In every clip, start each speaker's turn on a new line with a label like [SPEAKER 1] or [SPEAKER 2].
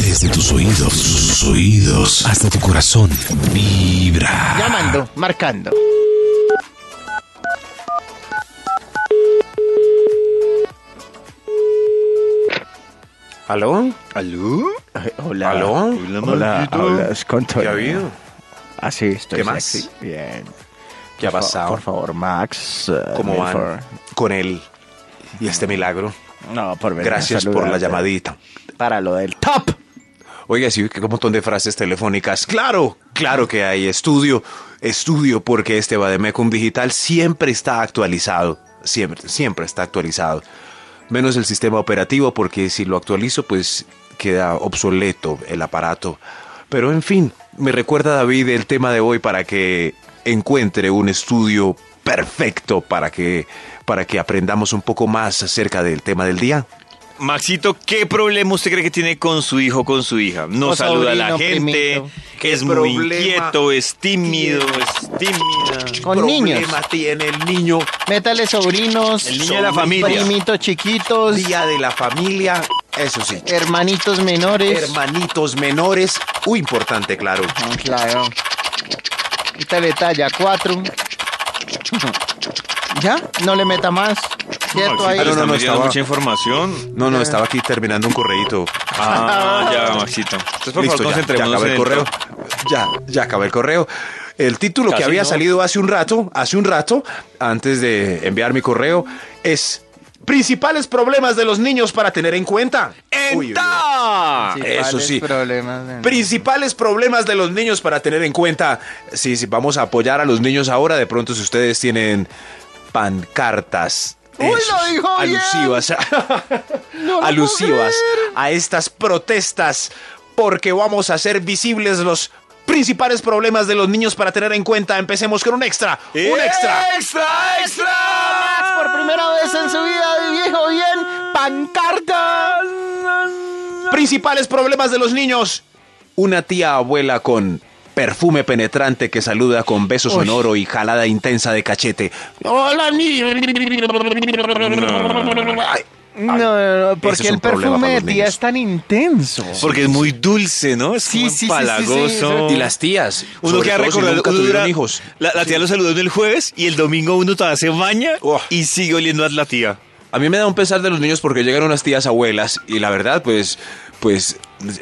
[SPEAKER 1] desde tus oídos, sus oídos, hasta tu corazón.
[SPEAKER 2] Ah.
[SPEAKER 1] Vibra.
[SPEAKER 3] Llamando, marcando.
[SPEAKER 4] ¿Aló?
[SPEAKER 3] ¿Aló? Hola.
[SPEAKER 4] ¿Aló?
[SPEAKER 3] Hola,
[SPEAKER 2] Ah, Hola,
[SPEAKER 3] Maxito.
[SPEAKER 2] hablas con Tony.
[SPEAKER 4] ¿Qué ha habido?
[SPEAKER 2] Ah, sí, estoy
[SPEAKER 4] ¿Qué más?
[SPEAKER 2] sexy. Bien.
[SPEAKER 4] ¿Qué ha
[SPEAKER 2] Por fa-
[SPEAKER 4] pasado?
[SPEAKER 2] Por favor, Max. eh,
[SPEAKER 4] ¿Cómo van
[SPEAKER 2] Milford.
[SPEAKER 4] con él y este milagro?
[SPEAKER 2] No, por venir a
[SPEAKER 4] Gracias por la
[SPEAKER 2] saludarte.
[SPEAKER 4] llamadita.
[SPEAKER 2] Para lo del top.
[SPEAKER 4] Oiga, sí, que un montón de frases telefónicas. Claro, claro que hay estudio, estudio, porque este Bademecum Digital siempre está actualizado. Siempre, siempre está actualizado. Menos el sistema operativo, porque si lo actualizo, pues queda obsoleto el aparato. Pero en fin, me recuerda David el tema de hoy para que encuentre un estudio perfecto para que, para que aprendamos un poco más acerca del tema del día.
[SPEAKER 5] Maxito, ¿qué problema usted cree que tiene con su hijo o con su hija? No
[SPEAKER 3] O
[SPEAKER 5] saluda a la
[SPEAKER 3] sobrino,
[SPEAKER 5] gente,
[SPEAKER 3] primito.
[SPEAKER 5] es
[SPEAKER 4] ¿Qué
[SPEAKER 5] muy
[SPEAKER 4] problema
[SPEAKER 5] inquieto, es tímido, es tímida.
[SPEAKER 3] Con
[SPEAKER 4] problema
[SPEAKER 3] niños.
[SPEAKER 4] tiene el niño
[SPEAKER 3] Métale sobrinos.
[SPEAKER 5] El niño de la familia.
[SPEAKER 3] Primitos chiquitos.
[SPEAKER 4] Día de la familia, eso sí.
[SPEAKER 3] Hermanitos menores.
[SPEAKER 4] Hermanitos menores, muy importante, claro.
[SPEAKER 3] Ah, claro. Métale talla 4. ¿Ya? No le meta más. ¿Cierto?
[SPEAKER 5] Maxito,
[SPEAKER 3] Ahí.
[SPEAKER 5] le
[SPEAKER 4] Ah, no,
[SPEAKER 5] está
[SPEAKER 4] no,
[SPEAKER 5] metiendo
[SPEAKER 4] estaba-
[SPEAKER 5] mucha información.
[SPEAKER 4] No, no, estaba aquí terminando un correíto.
[SPEAKER 5] Ah, ya, Maxito. Entonces,
[SPEAKER 4] Listo,
[SPEAKER 5] por favor,
[SPEAKER 4] ya, ya
[SPEAKER 5] concentrémonos
[SPEAKER 4] acabé
[SPEAKER 5] en
[SPEAKER 4] el
[SPEAKER 5] el
[SPEAKER 4] correo. Ya, ya acabé el correo. El título
[SPEAKER 5] Casi
[SPEAKER 4] que había
[SPEAKER 5] no.
[SPEAKER 4] salido hace un rato, hace un rato, antes de enviar mi correo, es principales problemas de los niños para tener en cuenta. Uy,
[SPEAKER 5] ¡En
[SPEAKER 4] uy, uy.
[SPEAKER 5] ta!
[SPEAKER 4] Ah, eso sí.
[SPEAKER 3] Problemas de-
[SPEAKER 4] Principales problemas de los niños para tener en cuenta. Sí, sí, vamos a apoyar a los niños ahora. De pronto, si ustedes tienen pancartas.
[SPEAKER 3] Uy, lo dijo bien.
[SPEAKER 4] alusivas,
[SPEAKER 3] lo puedo
[SPEAKER 4] alusivas a estas protestas, porque vamos a hacer visibles los principales problemas de los niños para tener en cuenta. Empecemos con un extra, un extra.
[SPEAKER 5] ¡Extra, extra!
[SPEAKER 3] Por primera vez en su vida, viejo bien, pancarta.
[SPEAKER 4] Principales problemas de los niños. Una tía abuela con perfume penetrante que saluda con beso sonoro y jalada intensa de cachete.
[SPEAKER 3] Hola, niño.
[SPEAKER 4] Ay,
[SPEAKER 3] No, no, no,
[SPEAKER 4] ese
[SPEAKER 3] porque
[SPEAKER 4] es
[SPEAKER 3] el
[SPEAKER 4] un problema para
[SPEAKER 3] perfume de
[SPEAKER 4] los
[SPEAKER 3] tía
[SPEAKER 4] niños.
[SPEAKER 3] es tan intenso.
[SPEAKER 5] Porque es muy dulce, ¿no? Es
[SPEAKER 3] Sí,
[SPEAKER 5] como
[SPEAKER 3] sí, sí, sí,
[SPEAKER 5] empalagoso.
[SPEAKER 3] sí,
[SPEAKER 4] Y las tías.
[SPEAKER 5] Uno
[SPEAKER 4] sobre
[SPEAKER 5] queda
[SPEAKER 4] todo si
[SPEAKER 5] recordando.
[SPEAKER 4] nunca
[SPEAKER 5] uno
[SPEAKER 4] tuvieron
[SPEAKER 5] dura-
[SPEAKER 4] hijos.
[SPEAKER 5] La, la tía lo saludó el jueves y el domingo uno todavía se baña
[SPEAKER 4] Uah.
[SPEAKER 5] y sigue oliendo a la tía.
[SPEAKER 4] A mí me da un pesar de los niños porque llegan unas tías abuelas y la verdad, pues, pues,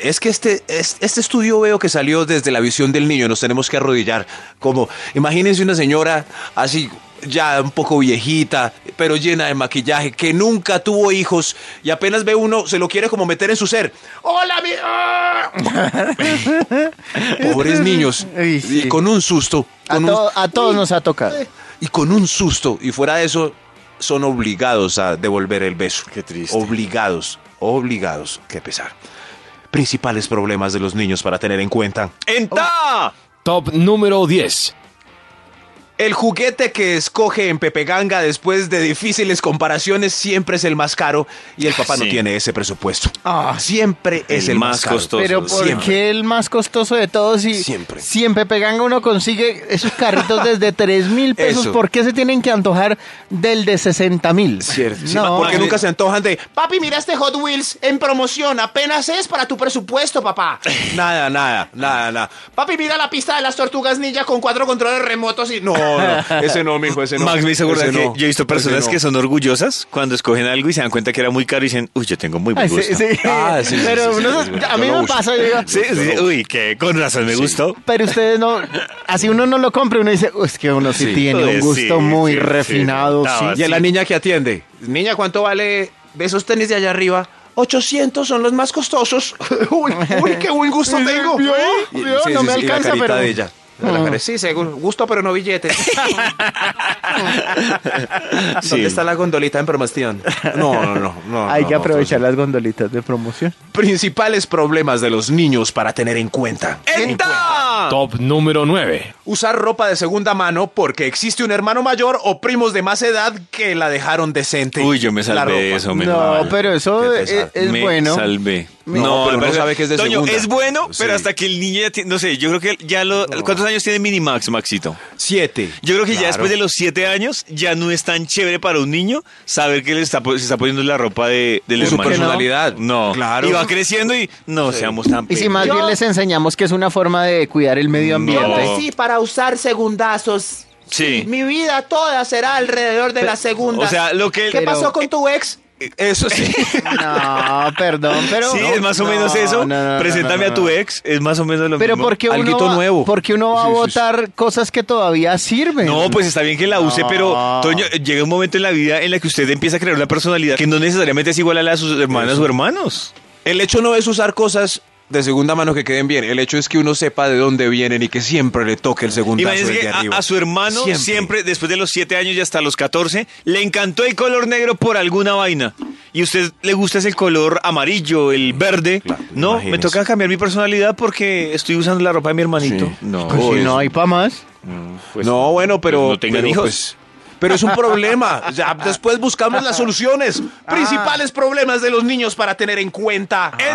[SPEAKER 4] es que este, es- este estudio veo que salió desde la visión del niño. Nos tenemos que arrodillar. Como, imagínense una señora así, ya un poco viejita, pero llena de maquillaje, que nunca tuvo hijos y apenas ve uno, se lo quiere como meter en su ser. ¡Hola, mi! ¡Ah! Pobres niños.
[SPEAKER 3] Ay, sí.
[SPEAKER 4] Y con un susto.
[SPEAKER 3] A,
[SPEAKER 4] con un-
[SPEAKER 3] to- a todos nos ha tocado.
[SPEAKER 4] y con un susto. Y fuera de eso, son obligados a devolver el beso.
[SPEAKER 5] Qué triste.
[SPEAKER 4] Obligados, obligados. Qué pesar. Principales problemas de los niños para tener en cuenta.
[SPEAKER 5] ¡Enta!
[SPEAKER 1] Top número 10.
[SPEAKER 4] El juguete que escoge en Pepe Ganga después de difíciles comparaciones siempre es el más caro y el papá no
[SPEAKER 5] Sí.
[SPEAKER 4] tiene ese presupuesto. Ah, siempre es
[SPEAKER 5] el
[SPEAKER 4] el
[SPEAKER 5] más
[SPEAKER 4] más, caro.
[SPEAKER 5] costoso.
[SPEAKER 3] Pero ¿por
[SPEAKER 4] siempre.
[SPEAKER 3] qué el más costoso de todos? Si
[SPEAKER 4] Siempre.
[SPEAKER 3] Siempre peganga uno consigue esos carritos desde 3 mil pesos.
[SPEAKER 4] Eso.
[SPEAKER 3] ¿Por qué se tienen que antojar del de 60 mil?
[SPEAKER 4] Cierto. Sí,
[SPEAKER 3] No,
[SPEAKER 4] porque
[SPEAKER 5] Maxi-
[SPEAKER 4] nunca se antojan de
[SPEAKER 6] Papi, mira este Hot Wheels en promoción. Apenas es para tu presupuesto, papá.
[SPEAKER 4] nada, nada, nada, nada.
[SPEAKER 6] Papi, mira la pista de las tortugas ninja con cuatro controles remotos y. No.
[SPEAKER 4] No, no, ese no, mijo, ese no.
[SPEAKER 5] Max me asegura
[SPEAKER 4] Ese
[SPEAKER 5] que
[SPEAKER 4] no,
[SPEAKER 5] yo he visto
[SPEAKER 4] ese
[SPEAKER 5] personas
[SPEAKER 4] no.
[SPEAKER 5] que son orgullosas cuando escogen algo y se dan cuenta que era muy caro y dicen, uy, yo tengo muy buen
[SPEAKER 2] Ah,
[SPEAKER 3] Ay, sí,
[SPEAKER 5] gusto.
[SPEAKER 3] sí.
[SPEAKER 4] Ah, sí, sí,
[SPEAKER 3] Pero
[SPEAKER 4] sí, sí,
[SPEAKER 3] uno
[SPEAKER 4] sí,
[SPEAKER 3] se-
[SPEAKER 4] sí,
[SPEAKER 3] a
[SPEAKER 4] yo
[SPEAKER 3] mí
[SPEAKER 4] lo
[SPEAKER 3] me
[SPEAKER 4] uso.
[SPEAKER 3] pasa, yo digo,
[SPEAKER 5] Sí, sí, uy, que con razón me gustó.
[SPEAKER 3] pero ustedes no, así uno no lo compra, uno dice, "Uy, es que uno sí, tiene un
[SPEAKER 4] Pues
[SPEAKER 5] Uy,
[SPEAKER 3] gusto
[SPEAKER 5] sí,
[SPEAKER 3] muy
[SPEAKER 5] sí, sí.
[SPEAKER 3] refinado.
[SPEAKER 5] No,
[SPEAKER 3] sí".
[SPEAKER 4] Y a la niña que atiende.
[SPEAKER 6] Niña, ¿cuánto vale de esos tenis de allá arriba? 800 son los más costosos. uy, uy, qué buen gusto tengo.
[SPEAKER 3] ¿Vio?
[SPEAKER 4] Y-
[SPEAKER 3] ¿Vio?
[SPEAKER 4] sí,
[SPEAKER 3] no
[SPEAKER 4] sí,
[SPEAKER 3] me
[SPEAKER 4] sí, y la
[SPEAKER 3] alcanza,
[SPEAKER 4] carita
[SPEAKER 3] pero... Ah.
[SPEAKER 4] de ella. La cara-
[SPEAKER 6] Sí, seguro. Gusto, pero no billete.
[SPEAKER 4] ¿Dónde está la gondolita en promoción? No, no, no. no,
[SPEAKER 3] Hay
[SPEAKER 4] no,
[SPEAKER 3] que
[SPEAKER 4] no,
[SPEAKER 3] aprovechar las gondolitas de promoción.
[SPEAKER 4] entonces, Principales problemas de los niños para tener en cuenta.
[SPEAKER 5] ¡Enta! Ajá.
[SPEAKER 7] Top número 9.
[SPEAKER 4] Usar ropa de segunda mano porque existe un hermano mayor o primos de más edad que la dejaron decente.
[SPEAKER 5] Uy, yo me
[SPEAKER 4] La
[SPEAKER 5] salvé
[SPEAKER 4] ropa.
[SPEAKER 5] de eso, menos
[SPEAKER 2] No,
[SPEAKER 5] mal.
[SPEAKER 2] pero eso
[SPEAKER 4] Qué
[SPEAKER 2] es,
[SPEAKER 4] pesar.
[SPEAKER 2] es
[SPEAKER 5] me
[SPEAKER 2] bueno.
[SPEAKER 5] salvé.
[SPEAKER 4] No, pero uno sabe que es de
[SPEAKER 5] Toño,
[SPEAKER 4] segunda.
[SPEAKER 5] es bueno, pero
[SPEAKER 4] Sí.
[SPEAKER 5] hasta que el niño ya tiene, no sé, yo creo que ya lo... ¿Cuántos años tiene Minimax, Maxito?
[SPEAKER 4] Siete.
[SPEAKER 5] Yo creo que ya
[SPEAKER 4] Claro.
[SPEAKER 5] después de los siete años ya no es tan chévere para un niño saber que le está, po- se está poniendo la ropa de, del
[SPEAKER 4] De su
[SPEAKER 5] hermano.
[SPEAKER 4] personalidad.
[SPEAKER 5] No.
[SPEAKER 4] Claro.
[SPEAKER 5] Y va creciendo y no seamos tan
[SPEAKER 2] Y si más
[SPEAKER 3] Yo-
[SPEAKER 2] bien les enseñamos que es una forma de cuidar el medio ambiente.
[SPEAKER 5] No.
[SPEAKER 3] Sí, para usar segundazos.
[SPEAKER 5] Sí.
[SPEAKER 3] Mi vida toda será alrededor de la segunda.
[SPEAKER 5] O sea, lo que...
[SPEAKER 3] ¿Qué pasó con tu ex?
[SPEAKER 5] eh,
[SPEAKER 4] Eso sí.
[SPEAKER 2] No, perdón, pero.
[SPEAKER 5] sí,
[SPEAKER 2] no,
[SPEAKER 5] es más o menos
[SPEAKER 2] no,
[SPEAKER 5] eso.
[SPEAKER 2] no, no, no,
[SPEAKER 5] Preséntame
[SPEAKER 2] no,
[SPEAKER 5] a tu
[SPEAKER 2] no.
[SPEAKER 5] ex. Es más o menos lo
[SPEAKER 2] Pero
[SPEAKER 5] mismo.
[SPEAKER 2] porque uno,
[SPEAKER 4] alguito
[SPEAKER 2] va,
[SPEAKER 4] nuevo.
[SPEAKER 2] porque uno va a votar cosas que todavía sirven.
[SPEAKER 5] No, pues está bien que la use, pero Toño, llega un momento en la vida en la que usted empieza a crear una personalidad que no necesariamente es igual a la de sus hermanas o hermanos.
[SPEAKER 4] El hecho no es usar cosas de segunda mano que queden bien. El hecho es que uno sepa de dónde vienen y que siempre le toque el segundo
[SPEAKER 5] Imagínese que a, a su hermano siempre. después de los 7 años y hasta los 14, le encantó el color negro por alguna vaina. Y a usted le gusta ese color amarillo, el verde.
[SPEAKER 4] Claro,
[SPEAKER 5] no, me
[SPEAKER 4] imagínese.
[SPEAKER 5] toca cambiar mi personalidad porque estoy usando la ropa de mi hermanito.
[SPEAKER 4] Sí.
[SPEAKER 5] No,
[SPEAKER 2] Pues si
[SPEAKER 5] es-
[SPEAKER 2] no hay pa' más.
[SPEAKER 4] no, bueno, pero.
[SPEAKER 5] Pues, no tengan
[SPEAKER 4] pero,
[SPEAKER 5] hijos.
[SPEAKER 4] pues, pero es un problema. Ya después buscamos las soluciones.
[SPEAKER 5] Ah.
[SPEAKER 4] Principales problemas de los niños para tener en cuenta. Ah. ¡En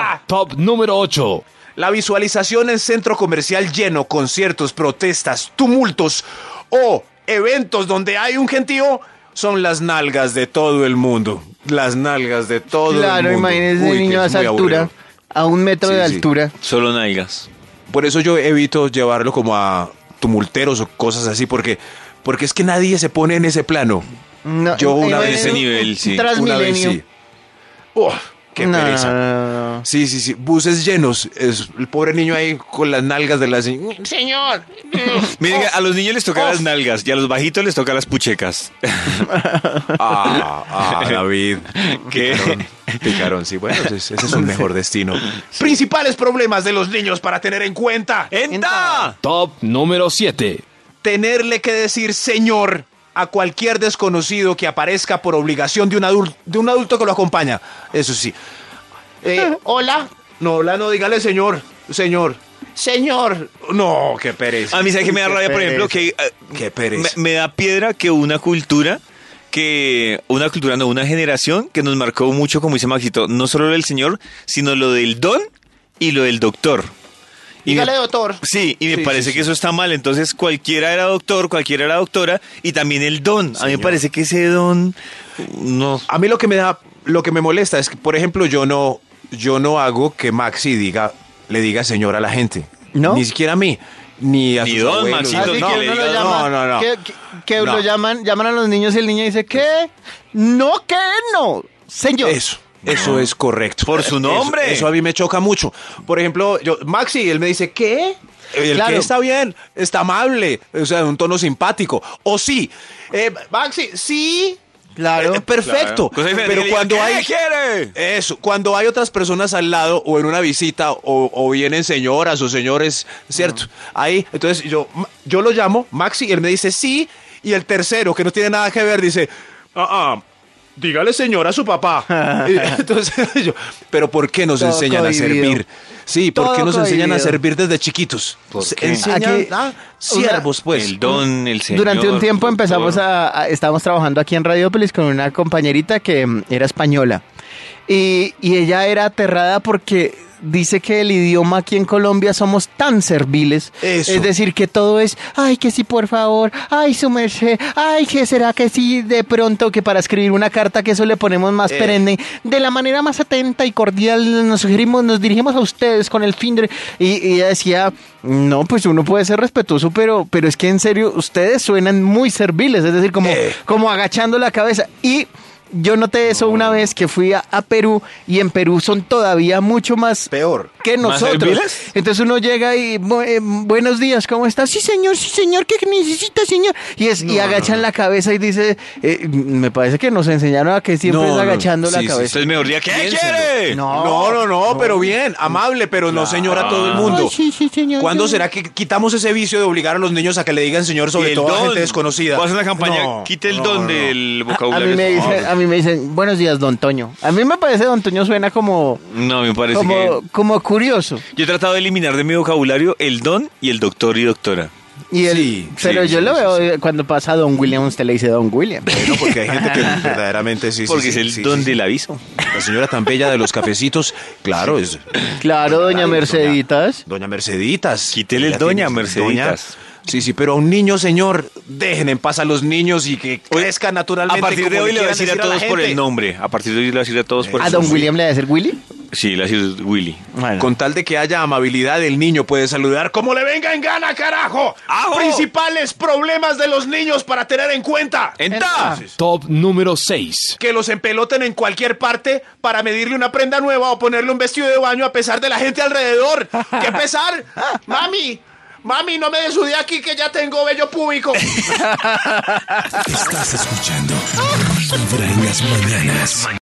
[SPEAKER 4] cuenta!
[SPEAKER 7] Top número 8.
[SPEAKER 4] La visualización en centro comercial lleno, conciertos, protestas, tumultos o eventos donde hay un gentío son las nalgas de todo el mundo. Las nalgas de todo el mundo.
[SPEAKER 2] Claro, imagínese
[SPEAKER 4] Uy,
[SPEAKER 2] el niño
[SPEAKER 4] que
[SPEAKER 2] a
[SPEAKER 4] es
[SPEAKER 2] esa
[SPEAKER 4] muy
[SPEAKER 2] altura,
[SPEAKER 4] aburrido.
[SPEAKER 2] a un metro
[SPEAKER 4] Sí,
[SPEAKER 2] de
[SPEAKER 4] sí.
[SPEAKER 2] altura.
[SPEAKER 5] Solo nalgas.
[SPEAKER 4] Por eso yo evito llevarlo como a tumulteros o cosas así, porque, porque es que nadie se pone en ese plano.
[SPEAKER 2] No,
[SPEAKER 4] Yo una
[SPEAKER 2] eh,
[SPEAKER 4] vez-
[SPEAKER 5] Ese nivel,
[SPEAKER 2] un
[SPEAKER 5] sí.
[SPEAKER 4] Una vez
[SPEAKER 2] Transmilenio.
[SPEAKER 4] sí. Uf, qué
[SPEAKER 2] No,
[SPEAKER 4] pereza.
[SPEAKER 2] no, no, no.
[SPEAKER 4] Sí, sí, sí. Buses llenos. Es el pobre niño ahí con las nalgas de las.
[SPEAKER 3] Señor.
[SPEAKER 5] Miren, a los niños les toca las nalgas y a los bajitos les toca las puchecas.
[SPEAKER 4] Ah, ah, David.
[SPEAKER 5] ¿Qué?
[SPEAKER 4] Picarón, picarón, sí. Bueno, ese, es- ese es un mejor destino. Principales problemas de los niños para tener en cuenta.
[SPEAKER 5] ¡Enta!
[SPEAKER 7] Top número 7.
[SPEAKER 4] Tenerle que decir señor a cualquier desconocido que aparezca por obligación de un adulto, de un adulto que lo acompaña. Eso sí.
[SPEAKER 3] Eh, hola,
[SPEAKER 4] No, hola, no, dígale señor. Señor.
[SPEAKER 3] señor.
[SPEAKER 4] No, qué pereza.
[SPEAKER 5] A mí, ¿sabes qué me da
[SPEAKER 2] Qué
[SPEAKER 5] rabia, por ejemplo? Que eh,
[SPEAKER 4] Qué
[SPEAKER 5] me,
[SPEAKER 4] pereza.
[SPEAKER 5] me da piedra que una cultura que una cultura no una generación que nos marcó mucho como dice Maxito no solo lo del señor sino lo del don y lo del doctor y me-
[SPEAKER 3] Dígale, doctor.
[SPEAKER 5] sí y me parece que eso está mal entonces cualquiera era doctor cualquiera era doctora y también el don a mí me parece que ese don no
[SPEAKER 4] A mí lo que me da, lo que me molesta es que, por ejemplo, yo no, yo no hago que Maxi diga, le diga señor a la gente.
[SPEAKER 2] ¿No?
[SPEAKER 4] Ni siquiera a mí, ni a
[SPEAKER 5] Ni
[SPEAKER 4] sus
[SPEAKER 5] don
[SPEAKER 4] abuelos.
[SPEAKER 5] Maxito,
[SPEAKER 2] Así
[SPEAKER 5] no,
[SPEAKER 2] que
[SPEAKER 5] no,
[SPEAKER 2] uno
[SPEAKER 5] le
[SPEAKER 2] lo
[SPEAKER 5] diga,
[SPEAKER 2] llama,
[SPEAKER 4] no, no, no.
[SPEAKER 2] Que, que- que
[SPEAKER 4] No.
[SPEAKER 2] lo llaman, llaman a los niños y el niño dice, ¿qué? No, que no, señor.
[SPEAKER 4] Eso, eso es correcto.
[SPEAKER 5] Por su nombre.
[SPEAKER 4] Eso, eso a mí me choca mucho. Por ejemplo, yo, Maxi, él me dice, ¿qué? El
[SPEAKER 2] Claro.
[SPEAKER 4] que está bien, está amable, o sea, un tono simpático. O sí, eh, Maxi, sí.
[SPEAKER 2] Claro.
[SPEAKER 4] eh, perfecto.
[SPEAKER 5] Cosa
[SPEAKER 4] Pero
[SPEAKER 5] diferente que le diga,
[SPEAKER 4] cuando
[SPEAKER 5] "¿Qué
[SPEAKER 4] hay.
[SPEAKER 5] quiere?
[SPEAKER 4] Eso, cuando hay otras personas al lado o en una visita o, o vienen señoras o señores, ¿cierto?
[SPEAKER 2] Ah.
[SPEAKER 4] Ahí, entonces yo, yo lo llamo, Maxi, y él me dice sí, y el tercero, que no tiene nada que ver, dice, ah, ah, dígale señora a su papá. Y entonces yo, pero ¿por qué nos
[SPEAKER 2] Todo
[SPEAKER 4] enseñan a
[SPEAKER 2] cohibido.
[SPEAKER 4] servir? Sí, ¿por
[SPEAKER 2] Todo
[SPEAKER 4] qué nos enseñan a
[SPEAKER 2] cohibido.
[SPEAKER 4] servir desde chiquitos? Se-
[SPEAKER 5] qué?
[SPEAKER 2] ¿A
[SPEAKER 4] Enseñan
[SPEAKER 2] qué?
[SPEAKER 4] a siervos, pues.
[SPEAKER 5] el don el señor
[SPEAKER 2] Durante un tiempo
[SPEAKER 5] el
[SPEAKER 2] empezamos
[SPEAKER 5] doctor.
[SPEAKER 2] a, a- Estábamos trabajando aquí en Radiopolis con una compañerita que mm, era española. Y, y ella era aterrada porque dice que el idioma aquí en Colombia somos tan serviles.
[SPEAKER 4] Eso.
[SPEAKER 2] Es decir, que todo es, ay, que sí, por favor, ay, su merced, ay, que será que sí, de pronto, que para escribir una carta, que eso le ponemos
[SPEAKER 4] Eh,
[SPEAKER 2] más perenne. De la manera más atenta y cordial nos sugerimos, nos dirigimos a ustedes con el fin de... Y, y ella decía, no, pues uno puede ser respetuoso, pero, pero es que en serio, ustedes suenan muy serviles, es decir, como, como agachando la cabeza. Y... Yo noté eso una vez que fui a, a Perú y en Perú son todavía mucho más
[SPEAKER 4] Peor.
[SPEAKER 2] que
[SPEAKER 5] ¿Más
[SPEAKER 2] nosotros.
[SPEAKER 5] serviles?
[SPEAKER 2] Entonces uno llega y bu- eh, buenos días, ¿cómo estás? Sí, señor, sí, señor, ¿qué necesita, señor? Y es y agachan la cabeza y dice, eh, me parece que nos enseñaron a que siempre
[SPEAKER 4] No,
[SPEAKER 2] es
[SPEAKER 4] no,
[SPEAKER 2] agachando la
[SPEAKER 4] sí, sí,
[SPEAKER 2] cabeza.
[SPEAKER 5] entonces mejor día qué quiere
[SPEAKER 2] No.
[SPEAKER 4] No, no, no, pero bien, amable, pero no señor
[SPEAKER 5] Ah.
[SPEAKER 4] a todo el mundo.
[SPEAKER 2] Ay, sí, sí, señor.
[SPEAKER 4] ¿Cuándo
[SPEAKER 2] yo-
[SPEAKER 4] será que quitamos ese vicio de obligar a los niños a que le digan señor,
[SPEAKER 5] Y
[SPEAKER 4] sobre
[SPEAKER 5] el
[SPEAKER 4] todo a
[SPEAKER 5] don.
[SPEAKER 4] gente desconocida?
[SPEAKER 5] Voy a hacer una campaña,
[SPEAKER 4] No,
[SPEAKER 5] quite el
[SPEAKER 4] no,
[SPEAKER 5] don
[SPEAKER 4] no.
[SPEAKER 2] A,
[SPEAKER 5] del
[SPEAKER 2] a
[SPEAKER 5] vocabulario.
[SPEAKER 2] mí me
[SPEAKER 5] No,
[SPEAKER 4] Ah,
[SPEAKER 2] dice, a mí me dicen, buenos días, don Toño. A mí me parece don Toño suena como,
[SPEAKER 5] No, me parece
[SPEAKER 2] como,
[SPEAKER 5] que...
[SPEAKER 2] como curioso.
[SPEAKER 5] Yo he tratado de eliminar de mi vocabulario el don y el doctor y doctora.
[SPEAKER 2] Y él,
[SPEAKER 4] Sí,
[SPEAKER 2] pero
[SPEAKER 4] sí,
[SPEAKER 2] yo
[SPEAKER 4] sí,
[SPEAKER 2] lo
[SPEAKER 4] sí,
[SPEAKER 2] veo eh, cuando pasa don William, usted le dice don William.
[SPEAKER 4] Bueno, porque hay gente que verdaderamente sí. sí,
[SPEAKER 5] porque
[SPEAKER 4] sí,
[SPEAKER 5] es el
[SPEAKER 4] sí,
[SPEAKER 5] don
[SPEAKER 4] sí, sí.
[SPEAKER 5] del aviso.
[SPEAKER 4] La señora tan bella de los cafecitos, claro, es.
[SPEAKER 2] Claro, doña Merceditas.
[SPEAKER 4] Doña Merceditas.
[SPEAKER 5] Quítele el
[SPEAKER 4] Ya
[SPEAKER 5] doña
[SPEAKER 4] tienes-
[SPEAKER 5] Merceditas.
[SPEAKER 4] doña- Sí, sí, pero a un niño, señor, dejen en paz a los niños y que crezcan
[SPEAKER 5] A
[SPEAKER 4] naturalmente.
[SPEAKER 5] partir de
[SPEAKER 4] como
[SPEAKER 5] hoy le voy a
[SPEAKER 4] quieran
[SPEAKER 5] decir a todos
[SPEAKER 4] la
[SPEAKER 5] por el
[SPEAKER 4] gente.
[SPEAKER 5] nombre. A partir de hoy le voy a decir a todos por
[SPEAKER 2] ¿A
[SPEAKER 5] el
[SPEAKER 2] don
[SPEAKER 5] nombre.
[SPEAKER 2] William le va a decir Willy?
[SPEAKER 5] Sí, le voy a decir Willy.
[SPEAKER 2] Bueno.
[SPEAKER 4] Con tal de que haya amabilidad, el niño puede saludar como le venga en gana, carajo.
[SPEAKER 5] ¡Ajo!
[SPEAKER 4] Principales problemas de los niños para tener en cuenta.
[SPEAKER 5] ¡Enta!
[SPEAKER 7] ah. Top número 6.
[SPEAKER 4] que los empeloten en cualquier parte para medirle una prenda nueva o ponerle un vestido de baño a pesar de la gente alrededor. ¡Qué pesar! ¡Mami! ¡Mami, no me desudé aquí que ya tengo bello público!
[SPEAKER 1] Estás escuchando Vibra en las mañanas.